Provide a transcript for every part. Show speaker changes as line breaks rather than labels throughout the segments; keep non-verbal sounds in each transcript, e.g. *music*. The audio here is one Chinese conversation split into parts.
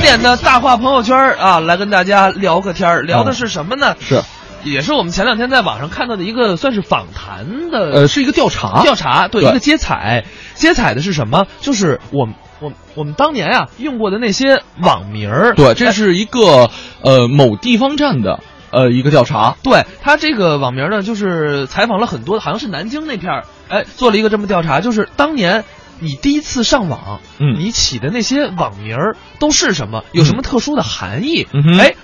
点的大话朋友圈儿啊，来跟大家聊个天儿，聊的
嗯
是什么呢？
是，
也是我们前两天在网上看到的一个算是访谈的
呃，是一个调查，
调查，对
对
一个接彩，接彩的是什么？就是我们我们我们当年啊用过的那些网名儿，
对，这
哎
是一个呃某地方站的呃一个调查，
对他这个网名呢，就是采访了很多，好像是南京那片儿，哎，做了一个这么调查，就是当年你第一次上网，
嗯
你起的那些网名儿都是什么？有什么特殊的含义？
嗯哼
哎。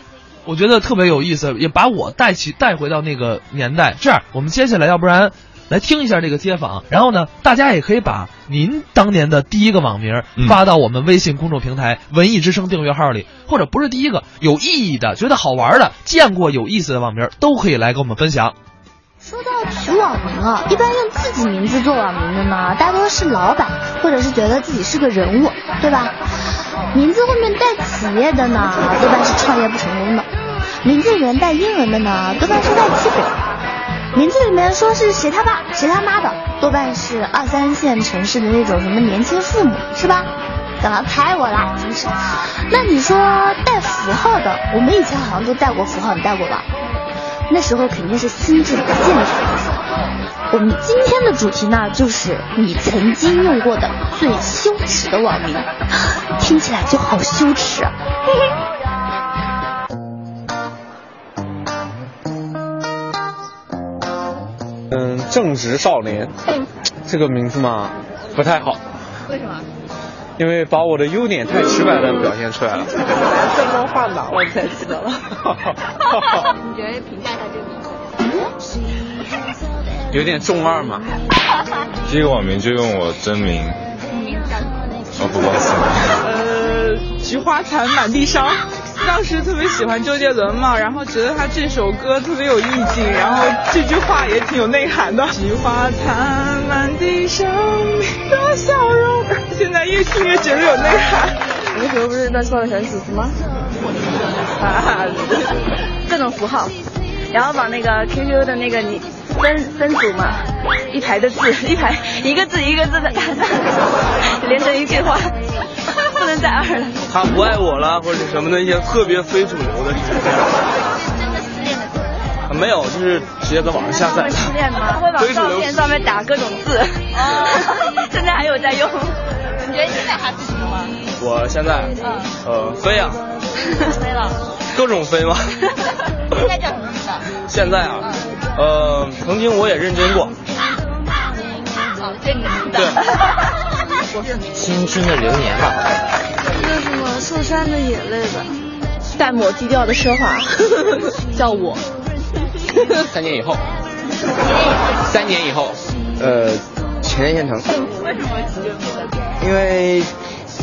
我觉得特别有意思，也把我带起带回到那个年代。这样，我们接下来要不然来听一下这个街访，然后呢，大家也可以把您当年的第一个网名儿
嗯
发到我们微信公众平台“文艺之声”订阅号里，或者不是第一个有意义的、觉得好玩的、见过有意思的网名儿，都可以来跟我们分
*laughs*
享。
说到取网名啊，一般用自己名字做网名的呢，大多是老板，或者是觉得自己是个人物，对吧？名字后面带企业的呢，多半是创业不成功的；名字里面带英文的呢，多半是外企鬼；名字里面说是谁他爸谁他妈的，多半是二三线城市的那种什么年轻父母，是吧？怎么拍我啦？真是。那你说带符号的，我们以前好像都带过符号，你带过吧？那时候肯定是心智不健全。我们今天的主题呢，就是你曾经用过的最羞耻的网名，听起来就好羞耻啊！
嗯，正直少年，这个名字嘛不太好。为什么？因为把我的优点太直白的表现出来了。
正梦幻吧，我才记得了。
你觉得评价一下这个名字？
有点中二嘛。
第一个网名就用我真名，
名字叫什么？
我不告诉你。
呃，菊花残满地伤。当时特别喜欢周杰伦嘛，然后觉得他这首歌特别有意境，然后这句话也挺有内涵的。菊花残满地伤，你的笑容。现在越听越觉得有内涵。
那时候不是乱七八糟选组词吗？
啊，
各种符号，然后把那个 QQ 的那个你分分组嘛，一排的字， *laughs* 一排一个字一个字的 *laughs* 连成一句话， *laughs* 不能再二了。
他不爱我啦，或者什么的一些特别非主流的。没有，就是直接在网上下
他
载
们。失恋吗？会往
非主
照
流
片上面打各种字， *laughs*
哦
*laughs* 现在还有在用。你觉得现在还自己吗？
我现在，呃，飞啊，
飞了。
各种飞嘛。
现在叫什么名字？
现在啊，呃，曾经我也认真过。
哦，这个名 *laughs* 字。
青春的流年吧，
那什么受伤的眼泪吧，淡漠低调的奢 *laughs* 华，叫我。
三年以后。三年以后。呃，前任现成。
为什么直接名字？
因为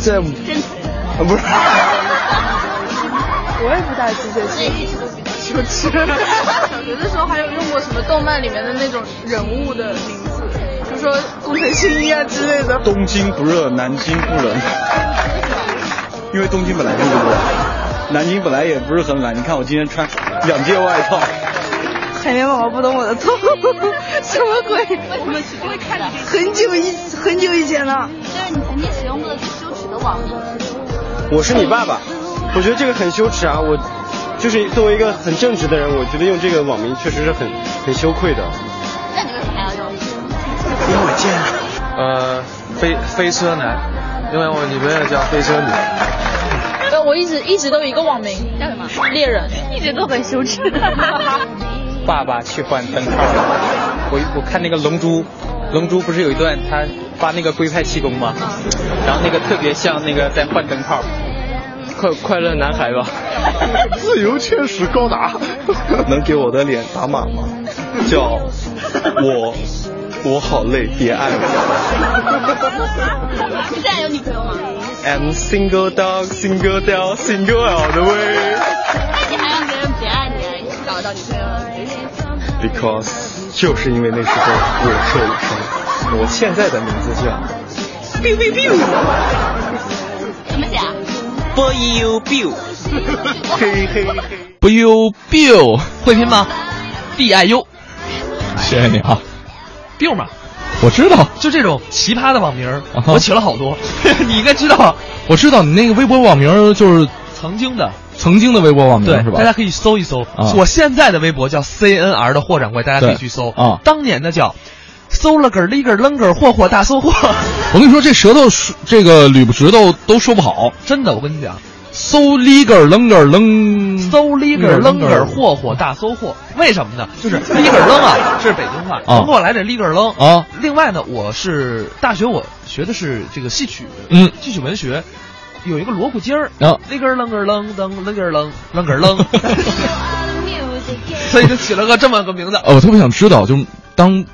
这
真诚。
呃不是，
我也不带机械系，羞耻。小学的时候还有用过什么动漫里面的那种人物的名字，比如说工藤新一啊之类的。
东京不热，南京不冷，因为东京本来就不热，南京本来也不是很冷。你看我今天穿两件外套，
海绵宝宝不懂我的痛，什么鬼？我们很久以很久以前了。
我是你爸爸，我觉得这个很羞耻啊！我就是作为一个很正直的人，我觉得用这个网名确实是很很羞愧的。那你为什么还要用？因为我贱啊！呃，飞飞车男，因为我女朋友叫飞车女。
呃，我一直一直都有一个网名，叫什么？猎人，一直都很羞耻。
爸爸去换灯泡。我我看那个《龙珠》，《龙珠》不是有一段他发那个龟派气功吗？然后那个特别像那个在换灯泡。快快乐男孩吧。
自由天使高
*laughs*
达，能给我的脸打码吗？叫我，我好累，别爱我。
你现在有女朋友吗？ *laughs*
I'm single dog, single dog, single all the way
那你还让别人别爱你，你搞到女朋友了？
because 就是因为那时候我受伤。我现在的名字叫。
怎么讲？
波伊 u biu。
不忧 biu，
会拼吗？B I U
谢谢你啊，
biu 嘛，
我知道，
就这种奇葩的网名儿
啊，哈
我起了好多，你应该知道。
我知道你那个微博网名就是
*laughs* 曾经的，
曾经的微博网名
对
是，吧？
大家可以搜一搜。
啊
我现在的微博叫 CNR 的霍掌柜，大家可以
对
去搜。
啊
当年的叫，搜了个儿哩个儿楞个儿霍霍大搜货。 *laughs*
我跟你说，这舌头是这个捋不直头都说不好，
真的，我跟你讲，
搜里个儿楞个儿楞，
搜哩个儿楞个儿霍霍大搜货，为什么呢？就是哩个儿楞啊，这是北京话，
啊
从过来这哩个儿楞
啊。
另外呢，我是大学我学的是这个戏曲，
嗯
戏曲文学。有一个锣鼓筋儿，
啊
哩个儿楞个儿楞噔，楞个儿楞，楞个儿
*laughs*
楞， *laughs* 所以就起了个这么个名字。
呃，我特别想知道，就当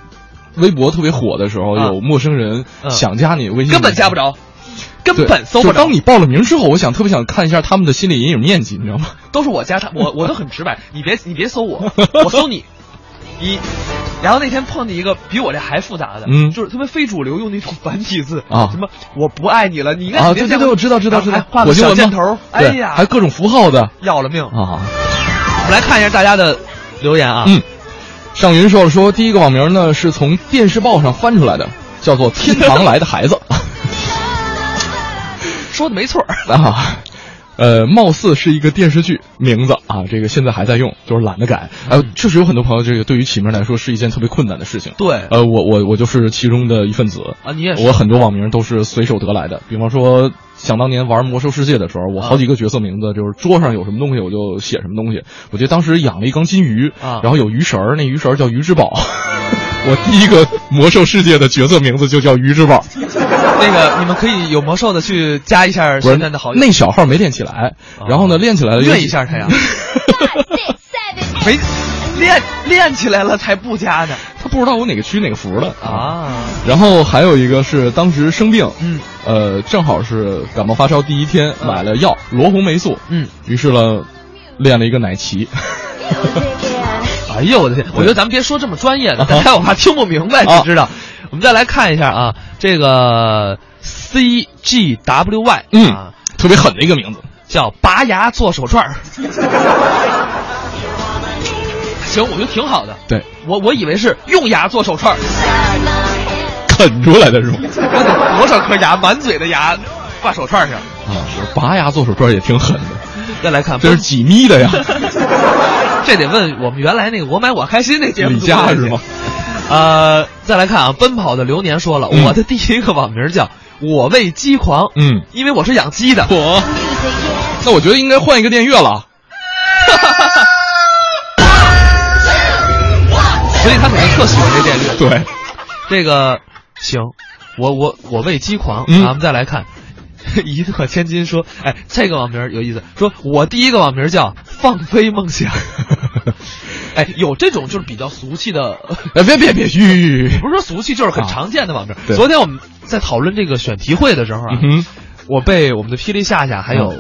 微博特别火的时候，
啊
有陌生人
嗯
想加你微信，
根本加不，着，根
对
本搜不
就
着。
当你报了名之后，我想特别想看一下他们的心理阴影面积，你知道吗？
都是我加他，
*laughs*
我我都很直白，你别你别搜我，我搜你，一。然后那天碰见一个比我这还复杂的，
嗯
就是特别非主流，用那种繁体字
啊
什么我不爱你了，你应该
啊，
你别这
对对
样
对，我知道知道
然后
知道
还，画
我
个
就
小
文
箭
盲
头，哎
对
呀，
还各种符号的
要了命。
啊。
我们来看一下大家的留言啊，
嗯，上云说了说，第一个网名呢是从电视报上翻出来的，叫做“天堂来的孩子
说的没错儿，”
*laughs* 啊。呃，貌似是一个电视剧名字啊，这个现在还在用，就是懒得改。呃，确实有很多朋友，这个对于起名来说是一件特别困难的事情。
对
呃，我我我就是其中的一份子
啊你也是
我很多网名都是随手得来的，比方说想当年玩魔兽世界的时候，
啊
我好几个角色名字就是桌上有什么东西我就写什么东西。我记得当时养了一缸金鱼
啊
然后有鱼食儿，那鱼食儿叫鱼之宝。 *laughs* 我第一个魔兽世界的角色名字就叫鱼之宝，
那个你们可以有魔兽的去加一下
不是
*laughs* 现在的好友，啊
那小号没练起来，然后呢练起来了有
练
几
一下他呀没
没
练练起来了才不加呢
*laughs* 他不知道我哪个区哪个服的。
啊。
然后还有一个是当时生病，
嗯，啊
呃，正好是感冒发烧第一天买了药罗红霉素，
嗯，
于是呢练了一个
*laughs*
奶奇，呃
哎呦我的天！我觉得咱们别说这么专业的，大家我怕听不明白，
啊
你知道。我们再来看一下啊，这个 C G W Y，
嗯，
啊，
特别狠的一个名字。
叫拔牙做手
*laughs*
串儿。行，我觉得挺好的。
对，
我我以为是用牙做手串儿，
啃出来的是吗？
我得多少颗牙，满嘴的牙挂手串儿上。
啊，我拔牙做手串也挺狠的，
再来看，
这是几
*laughs*
咪的呀？
这得问我们原来那个“我买我开心”那节目
啊李佳
组的
是吗？
*laughs* 呃，再来看啊，《奔跑的流年》说了，
嗯
我的第一个网名叫“我为鸡狂”，
嗯，
因为我是养鸡的。
我，那我觉得应该换一个电乐了。
*laughs* 所以他可能特喜欢这电视。
对，
这个行，我我我为鸡狂。
嗯
咱们再来看， *laughs* 一诺千金说，哎，这个网名有意思，说我第一个网名叫“放飞梦
*laughs*
想”。哎，有这种就是比较俗气的。
哎，别别别，吁，
不是说俗气，就是很常见的网名。
啊对
昨天我们在讨论这个选题会的时候啊，
嗯哼
我被我们的霹雳夏夏还有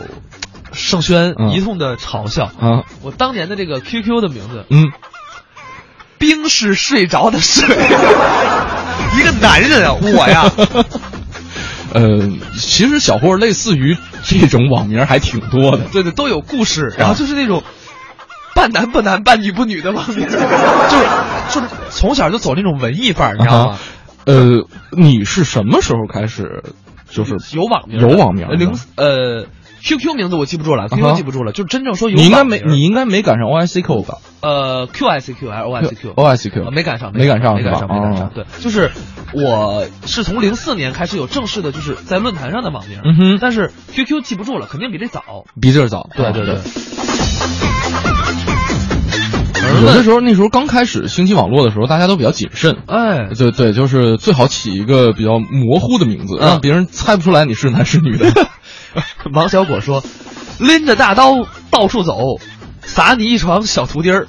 盛轩
嗯
一通的嘲笑。
啊，
我当年的这个 QQ 的名字，
嗯，
冰是睡着的睡， *laughs* 一个男人啊，我呀，
*laughs* 呃，其实小霍类似于这种网名还挺多的。
对对，都有故事，
啊
然后就是那种半男不男半女不女的网名，就是就是从小就走那种文艺范儿，你知道吗
啊？呃，你是什么时候开始就是
有网名的，
有网名的？
零呃。QQ 名字我记不住了
啊
，QQ
哈
记不住了，就真正说有
你应该
网
没
名
你应该没赶上 OICQ 吧？
呃，Q I C Q 还是 O I C Q
O I C Q
呃没赶上，
没赶上
没
是吧
赶上，没赶上
哦。
对，就是我是从零四年开始有正式的，就是在论坛上的网名，
嗯哼
但是 Q Q 记不住了，肯定比这早。
比这早。啊
对对对，
有的时候那时候刚开始兴起网络的时候，大家都比较谨慎。
哎，
对对，就是最好起一个比较模糊的名字，
嗯
让别人猜不出来你是男是
*laughs*
女的。
王小果说，拎着大刀到处走，撒你一床小图钉儿。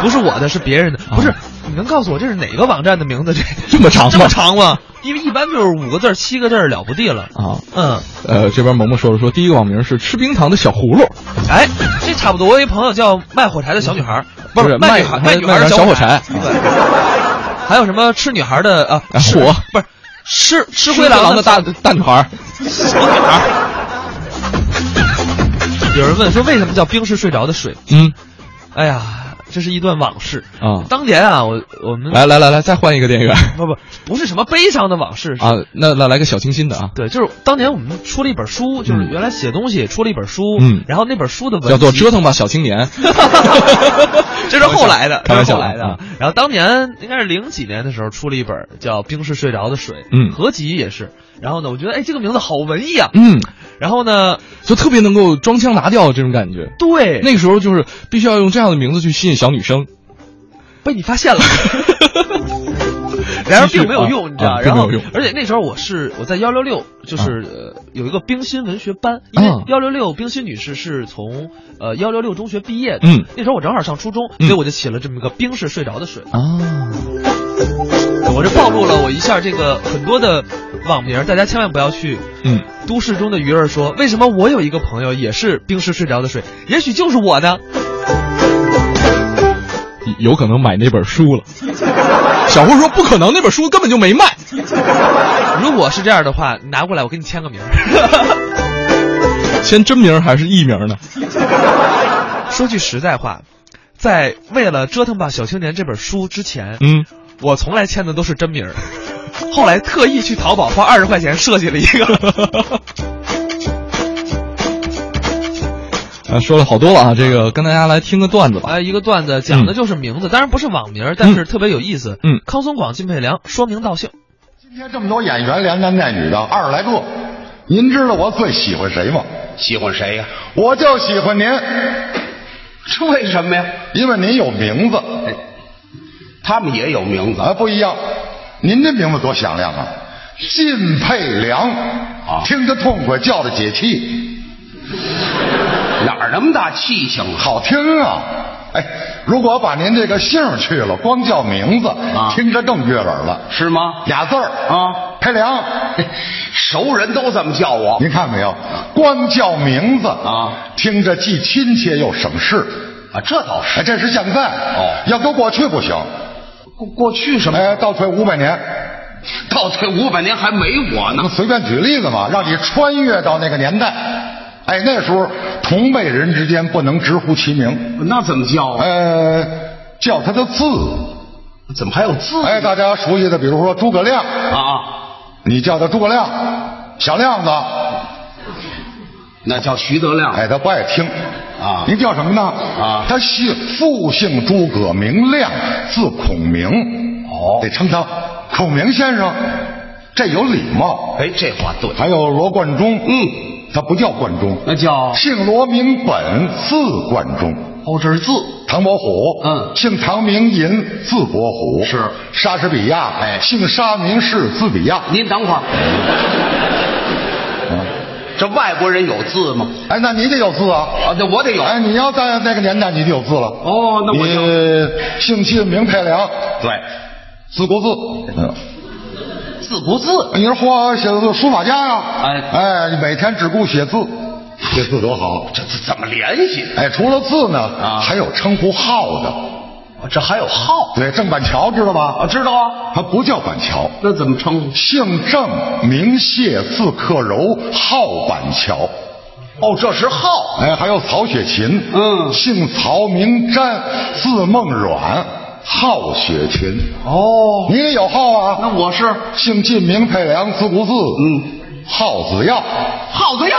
不是我的，是别人的。不是，你能告诉我这是哪个网站的名字？这
啊这么长吗
这么长吗？因为一般就是五个字儿、七个字儿了不地了。
啊，
嗯，
呃，这边萌萌说了说，第一个网名是吃冰糖的小葫芦，
哎，这差不多。我有一朋友叫卖火柴的小女孩儿，不
不
是
是
卖
卖
女孩，
卖
女孩儿的
卖小
火
火柴
对还有什么吃女孩的啊？
啊
吃
火
不是吃吃
吃
灰
灰狼
狼
的大大女孩儿。
小女孩儿。 *laughs* 有人问说为什么叫冰是睡着的水？
嗯，
哎呀，这是一段往事
啊
当年啊，我我们
嗯来来来来，再换一个电源
不不不是什么悲伤的往事是
啊，那来来个小清新的啊，
对，就是当年我们出了一本书，就是原来写东西也出了一本书，
嗯
然后那本书的文集
叫做 *laughs* 折腾吧小青年。
*laughs* 这是后来的，这
开玩
是
笑啊
后来
开玩
的。然后当年应该是零几年的时候出了一本叫《冰室睡着的水》，
嗯
合集也是。然后呢，我觉得哎，这个名字好文艺啊。
嗯，
然后呢，
就特别能够装腔拿调这种感觉。
对，
那个时候就是必须要用这样的名字去吸引小女生。
被你发现
*laughs*
了。然而并没有用，
继续啊
你知道？
啊并
然后
没有用，
而且那时候我是我在幺六六，就是、呃有一个冰心文学班，因
啊
为幺六六冰心女士是从呃幺六六中学毕业的，
嗯，
那时候我正好上初中，
嗯
所以我就起了这么个冰是睡着的水，
啊，
我这暴露了我一下这个很多的网名，大家千万不要去。
嗯，
都市中的鱼儿说，为什么我有一个朋友也是冰室睡着的水，也许就是我呢？
有可能买那本书了。小胡说不可能，那本书根本就没卖。
如果是这样的话，你拿过来我给你签个名儿。 *laughs*
先真名还是艺名呢？
说句实在话，在为了折腾吧小青年这本书之前，
嗯，
我从来签的都是真名儿，后来特意去淘宝花二十块钱设计了一
*laughs*
个。
啊，说了好多了啊，这个跟大家来听个段子吧。
哎，一个段子讲的就是名字，当然不是网名儿，但是特别有意思。
嗯
康松广、金佩良说明道姓。
今天这么多演员，连男带女的，二十来个。您知道我最喜欢谁吗？喜欢谁呀、我就喜欢您。这为什么呀？因为您有名字。他们也有名字啊，不一样。您这名字多响亮啊！靳佩良啊，听着痛快，叫着解气，哪儿那么大气性、好听啊！哎，如果把您这个姓儿去了，光叫名字，听着更悦耳了，是吗？ *laughs* 俩字儿啊，佩良。熟人都这么叫我，您看没有？光叫名字啊，听着既亲切又省事啊，这倒是。这是现在哦，要搁过去不行。过过去什么？哎，倒退五百年。倒退五百年还没我呢。随便举例子嘛，让你穿越到那个年代。哎，那时候同辈人之间不能直呼其名，那怎么叫？呃，叫他的字。嗯怎么还有字？哎，大家熟悉的，比如说诸葛亮啊，你叫他诸葛亮，小亮子，那叫徐德亮。哎，他不爱听啊。您叫什么呢？啊，他姓父姓诸葛，名亮，字孔明。哦，得称他孔明先生，这有礼貌。哎，这话对。还有罗贯中，嗯，他不叫贯中，那叫姓罗名本，字贯中。哦，这是字。唐伯虎，嗯，姓唐名寅，字伯虎。是莎士比亚，哎，姓沙名士，字比亚。您等会儿。这外国人有字吗？哎，那你得有字啊！啊，对，我得有。哎，你要在那个年代，你就有字了。哦，那我你姓戚名佩良，对，字不字？字不字？你是花写字书法家啊？哎哎，你每天只顾写字，写字多好！这这怎么联系？哎，除了字呢，啊，还有称呼号的。这还有号？对，郑板桥知道吧？啊，知道啊。他不叫板桥，那怎么称呼？姓郑，名谢，字克柔，号板桥。哦，这是号。哎，还有曹雪芹，嗯，姓曹，名瞻，字梦阮，号雪芹。哦，你也有号啊？那我是姓靳，名佩良，字不字？嗯，号子耀。号子耀。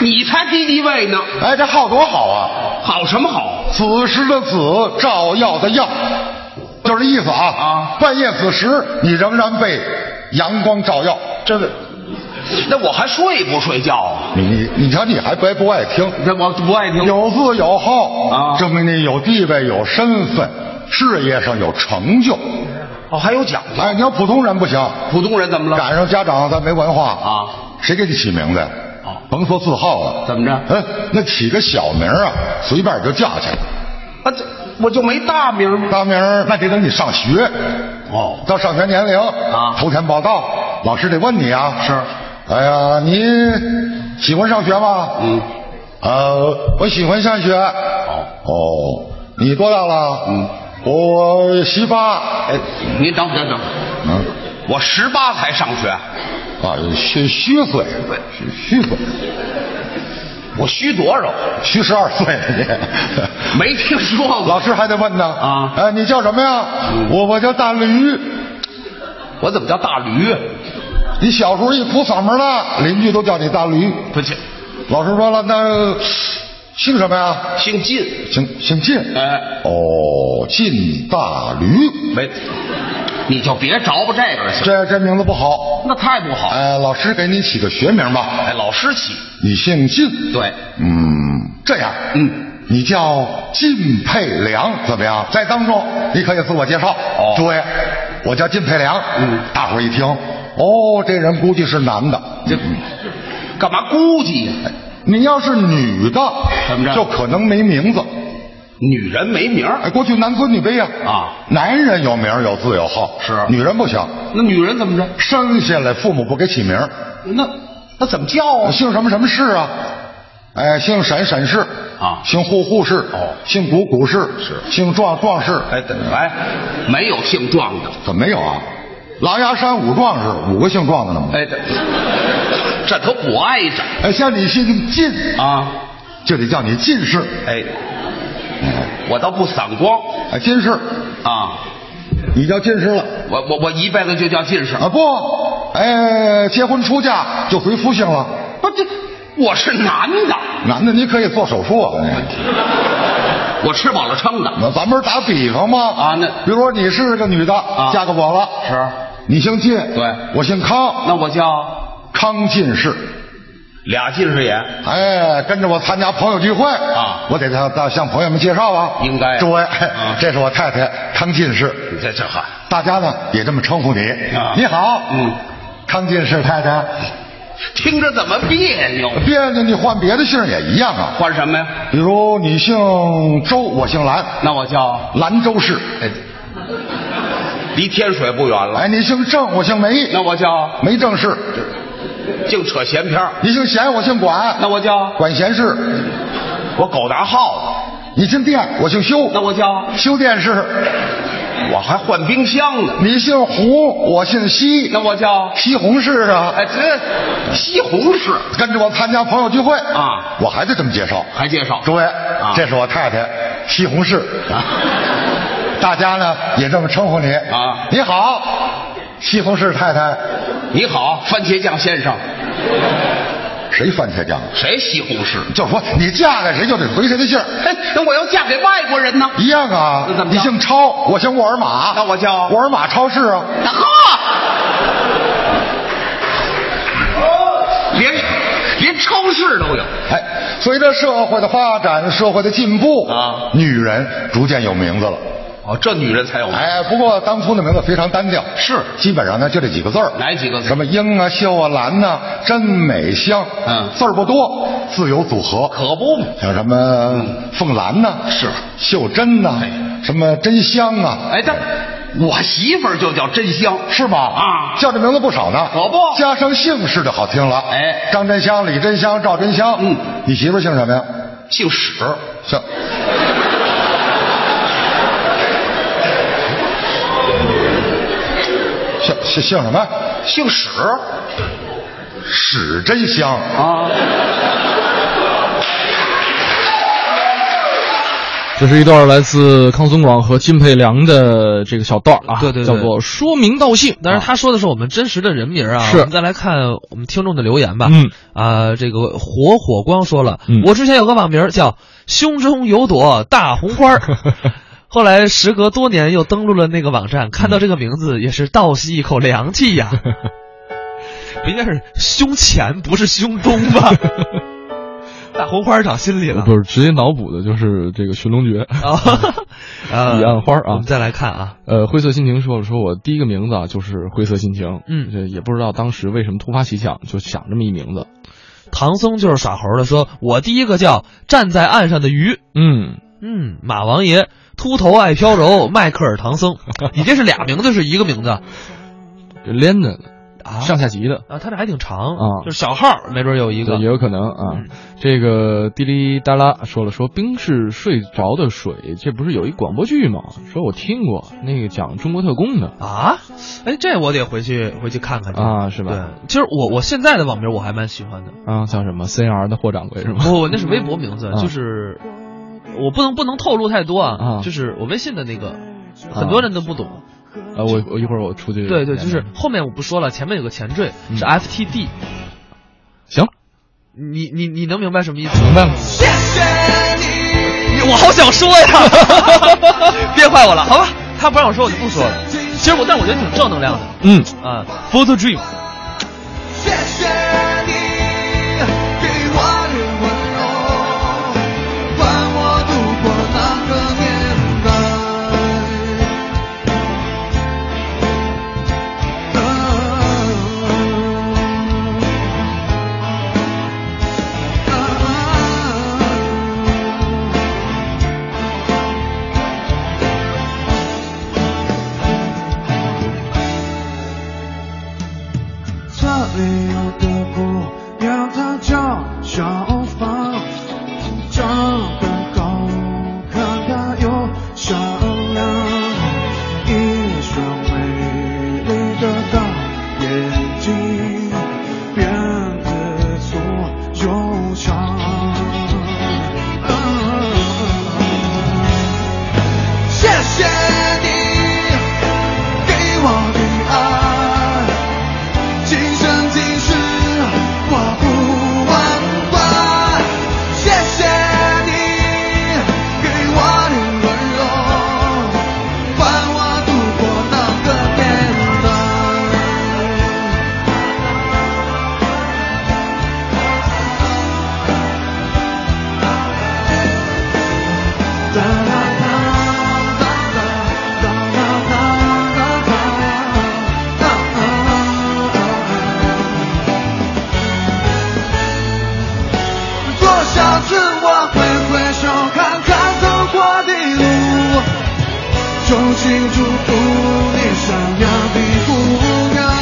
你才第一位呢！哎，这号多好啊！好什么好？子时的子，照耀的耀，就这意思啊！啊，半夜子时，你仍然被阳光照耀。这个，那我还睡不睡觉啊？你你你瞧，你还不爱不爱听？这我不爱听。有字有号啊，证明你有地位、有身份，事业上有成就。哦，还有讲究。哎，你要普通人不行。普通人怎么了？赶上家长咱没文化啊，谁给你起名字呀？甭说字号了，怎么着？嗯，那起个小名啊，随便就叫去。啊，这我就没大名。大名儿那得等你上学。哦，到上学年龄啊，投钱报到，老师得问你啊。是。哎呀，你喜欢上学吗？嗯。呃，我喜欢上学。哦。你多大了？嗯。我十八。哎，您等等等。嗯。我十八才上学。啊，虚虚岁，虚虚岁。我虚多少？虚十二 *laughs* 岁了你，没听说过。老师还得问呢啊！嗯哎，你叫什么呀？我我叫大驴。我怎么叫大驴？你小时候一哭嗓门了，邻居都叫你大驴。不去，老师说了，那姓什么呀？姓靳，姓姓靳。哎，哦，靳大驴。没，你就别着吧这个这这名字不好，那太不好。哎，老师给你起个学名吧。哎，老师起。你姓靳。对。嗯，这样。嗯。你叫靳佩良怎么样？在当中你可以自我介绍。哦，诸位，我叫靳佩良。嗯，大伙儿一听，哦，这人估计是男的。这干嘛估计呀、你要是女的，怎么着就可能没名字。女人没名哎，过去男尊女卑呀。啊，男人有名儿有字有号，是女人不行。那女人怎么着？生下来父母不给起名儿，那那怎么叫啊？姓什么什么氏啊？哎，姓沈沈氏啊，姓户户氏，哦，姓谷谷氏，是姓壮壮氏。哎，对，哎，没有姓壮的，怎么没有啊？狼牙山五壮士，五个姓壮的呢吗？哎，这这都不挨着。哎，像你姓靳啊，就得叫你靳氏。哎，我倒不散光。哎，靳氏啊，你叫靳氏了。我我我一辈子就叫靳氏啊不，哎，结婚出嫁就回夫姓了。不，这我是男的。男的你可以做手术啊。我吃饱了撑的。那咱们是打比方嘛啊，那比如说你是个女的，嫁给我了，是，啊你姓靳，对，我姓康，那我叫康进士，俩近视眼。哎，跟着我参加朋友聚会啊，我得向大向朋友们介绍啊。应该，诸位，这是我太太康进士。这这好，大家呢也这么称呼你。你好，嗯，康进士太太。听着怎么别扭？别扭，你换别的姓儿也一样啊。换什么呀？比如你姓周，我姓兰，那我叫兰州市。哎，离天水不远了。哎，你姓郑，我姓梅，那我叫梅郑氏。净扯闲篇你姓闲，我姓管，那我叫管闲事。我狗拿耗子。你姓店，我姓修，那我叫修电视。我还换冰箱呢。你姓胡，我姓西，那我叫西红柿啊。哎，这西红柿。跟着我参加朋友聚会啊，我还得这么介绍，还介绍。诸位，这是我太太西红柿啊。大家呢也这么称呼你啊。你好，西红柿太太。你好，番茄酱先生。谁番茄酱？谁西红柿？就说你嫁给谁就得回谁的姓。哎，那我要嫁给外国人呢？一样啊。那怎么？你姓超，我姓沃尔玛。那我叫沃尔玛超市啊。 *laughs* 连连超市都有。哎，随着社会的发展，社会的进步啊，女人逐渐有名字了。哦，这女人才有。哎，不过当初的名字非常单调，是基本上呢就这几个字儿，哪几个字？什么英啊、秀啊、兰呐、真美香，嗯，字儿不多，自由组合。可不，像什么凤兰呐、嗯是哎秀珍呐、什么真香啊，哎，这我媳妇儿就叫真香，是吗？啊，叫这名字不少呢。可不，加上姓氏就好听了。哎，张真香、李真香、赵真香。嗯，你媳妇儿姓什么呀？姓史，姓。姓姓姓什么？姓史，史真香啊！
这是一段来自康松广和金佩良的这个小段儿啊，
对对对
叫做《说明道姓》。
但是他说的是我们真实的人名啊。
啊是
我们再来看我们听众的留言吧。
嗯，
啊、这个火火光说了，我之前有个网名叫“胸中有朵大红花
*laughs*
儿” 。后来时隔多年又登录了那个网站，看到这个名字也是倒吸一口凉气
*laughs*
呀、应该是胸前，不是胸中吧？ *laughs* 大红花儿长心里了。
不是直接脑补的就是这个《寻龙诀》 *laughs*
啊，
彼岸花啊。
呃我们再来看啊，
呃，灰色心情说了，说我第一个名字啊就是灰色心情，
嗯
这也不知道当时为什么突发奇想就想这么一名字，
唐僧就是耍猴的，说我第一个叫站在岸上的鱼，
嗯，
嗯，马王爷，秃头爱
*laughs*
飘柔，迈克尔唐僧，你这是俩名字是一个名字
这连着呢，
啊
上下级的
啊，他这还挺长
啊
就是小号儿没准有一个
对也有可能啊。这个滴哩哒啦说了说冰是睡着的水，这不是有一广播剧吗？说我听过那个讲中国特工的
啊，哎，这我得回去回去看看去
啊是吧
对，其实我我现在的网名我还蛮喜欢的，
啊，叫什么 CR 的霍掌柜是吗？
不，那是微博名字，
啊
就是我不能不能透露太多啊
啊，
就是我微信的那个，
啊
很多人都不懂。
呃，我我一会儿我出去。
对对，就是后面我不说了，前面有个前缀是 FTD。
嗯行，
你你你能明白什么意思？
明白了。
你我好想说呀，
*laughs*
憋坏我了，好吧，他不让我说我就不说了。其实我，但我觉得挺正能量的。
嗯
啊，Photo Dream。
这里有个不要它叫小房，长得高，看它又善良，一双美丽的大眼睛，辫子粗又长。啊谢谢你给我的爱。今生今世我不忘怀，谢谢你给我的温柔，伴我度过那个年代。哒啦哒哒哒哒啦哒哒哒多少次我挥挥手，看看走过的路，就清楚不你善良的姑娘。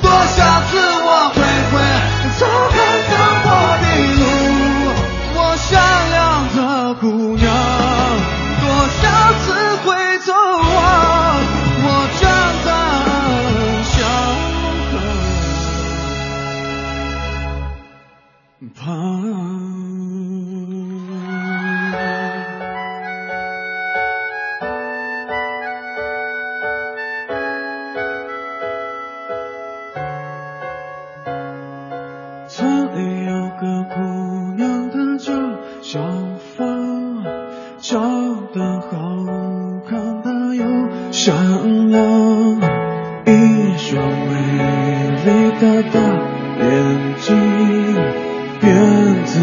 多少次我挥挥手，看走过的路，我善良的姑娘。多少次回头望，我长大笑了。这里有个姑娘，她叫小芳，长得好看，她又善良，一双美丽的大眼睛，辫子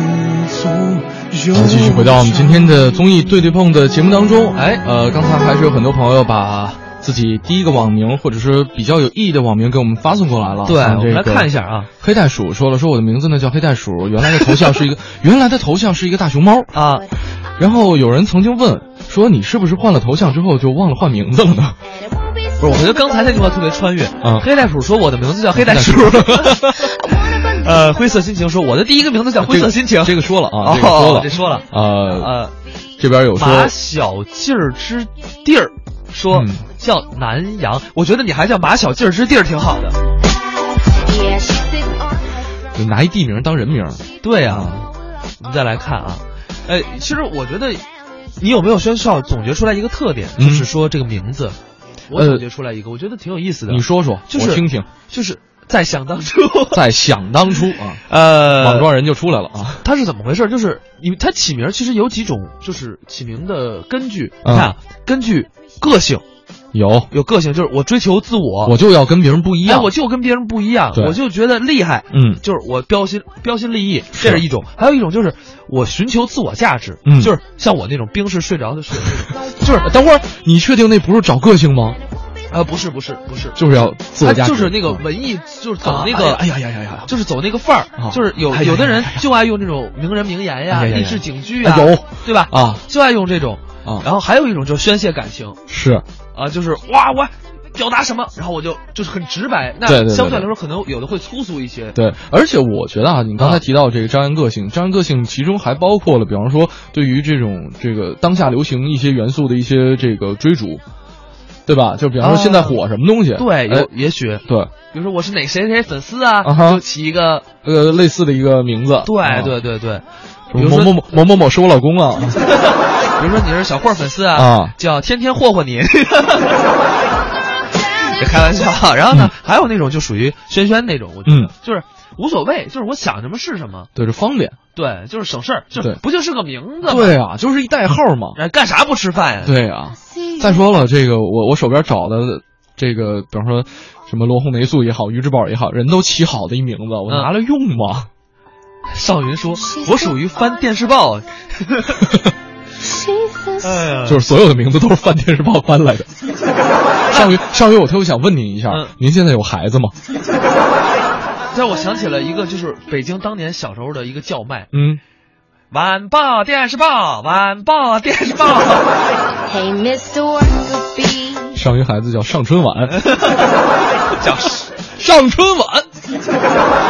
粗又
好，继续回到我们今天的综艺对对碰的节目当中。哎，呃，刚才还是有很多朋友把自己第一个网名或者是比较有意义的网名给我们发送过来了。
对
像
我
这
们来
个
看一下啊。
黑袋鼠说了，说我的名字呢叫黑袋鼠，原来的头像是一
*laughs*
个原来的头像是一个大熊猫
啊。
然后有人曾经问说，你是不是换了头像之后就忘了换名字了
*laughs*
呢？
不是，我觉得刚才那句话特别穿越。
嗯
黑袋鼠说我的名字叫黑袋鼠。 *laughs* 呃，灰色心情说我的第一个名字叫灰色心情。
这个说了啊，
哦
这个说了，
这说了。
呃
呃，
这边有说
马小劲儿之地儿说
嗯
叫南阳，我觉得你还叫马小劲儿之地儿挺好的。
就拿一地名当人名。嗯
对啊，我们再来看啊，哎，其实我觉得你有没有宣少总结出来一个特点，
嗯呃
就是说这个名字，我总结出来一个，我觉得挺有意思的。
你说说，
就是
我听听。
就是在想当
*laughs*
初，
在想当初啊，
呃
莽撞人就出来了啊。
它是怎么回事？就是你它起名其实有几种，就是起名的根据。
嗯
你看啊，根据个性，
有，
有个性就是我追求自我，
我就要跟别人不一
哎，
样。
我就跟别人不一样，
对
我就觉得厉害。
嗯
就是我标新标新立异，
是
这是一种；还有一种就是我寻求自我价值，
嗯
就是像我那种冰是睡着的睡，
就是等会儿，你确定那不是找个性吗？
啊，不是不是不是，
就是要自我价
他
值，嗯
就是那个文艺，就是走那
啊
个，
哎呀哎呀哎呀哎呀
就是走那个范儿，
啊
就是有
哎呀
有的人就爱用那种名人名言呀、
哎呀哎呀
励志警句啊，
哎有
对吧？
啊，
就爱用这种
啊
然后还有一种就是宣泄感情
是
啊，就是哇我表达什么，然后我就就是很直白。那
对对对
相对来
对
说，可能有的会粗俗一些。
对，而且我觉得啊，你刚才提到这个张扬个性，张扬个性其中还包括了，比方说对于这种这个当下流行一些元素的一些这个追逐，对吧？就比方说现在火什么东西，
啊对有
哎
也许
对，
比如说我是哪谁谁粉丝啊，
啊哈
就起一个，
呃，类似的一个名字，
对
啊
对对对，
什
比
么
如说
某某某某某某是我老公啊，
*laughs* 比如说你是小霍粉丝
啊
啊，叫天天霍霍你， *laughs* 别开玩笑啊。然后呢，还有那种就属于轩轩那种，我觉得
嗯
就是无所谓，就是我想什么是什么，
对，这方便，
对，就是省事儿，就
对
不就是个名字吗？
对啊，就是一代号
*laughs*
嘛，
哎，干啥不吃饭呀？
对啊，再说了，这个我我手边找的这个，比方说什么罗红霉素也好，鱼之宝也好，人都起好的一名字，我拿来用吗？
少云说：“我属于翻电视报。”啊
*laughs*
哎呀，
就是所有的名字都是翻电视报翻来的。上回上回我特别想问您一下，您现在有孩子吗？
让我想起了一个，就是北京当年小时候的一个叫卖，
嗯，
晚报电视报，晚报电视报。
Hey, Mr. Worker
上一个孩子叫上春晚，
叫
上春晚。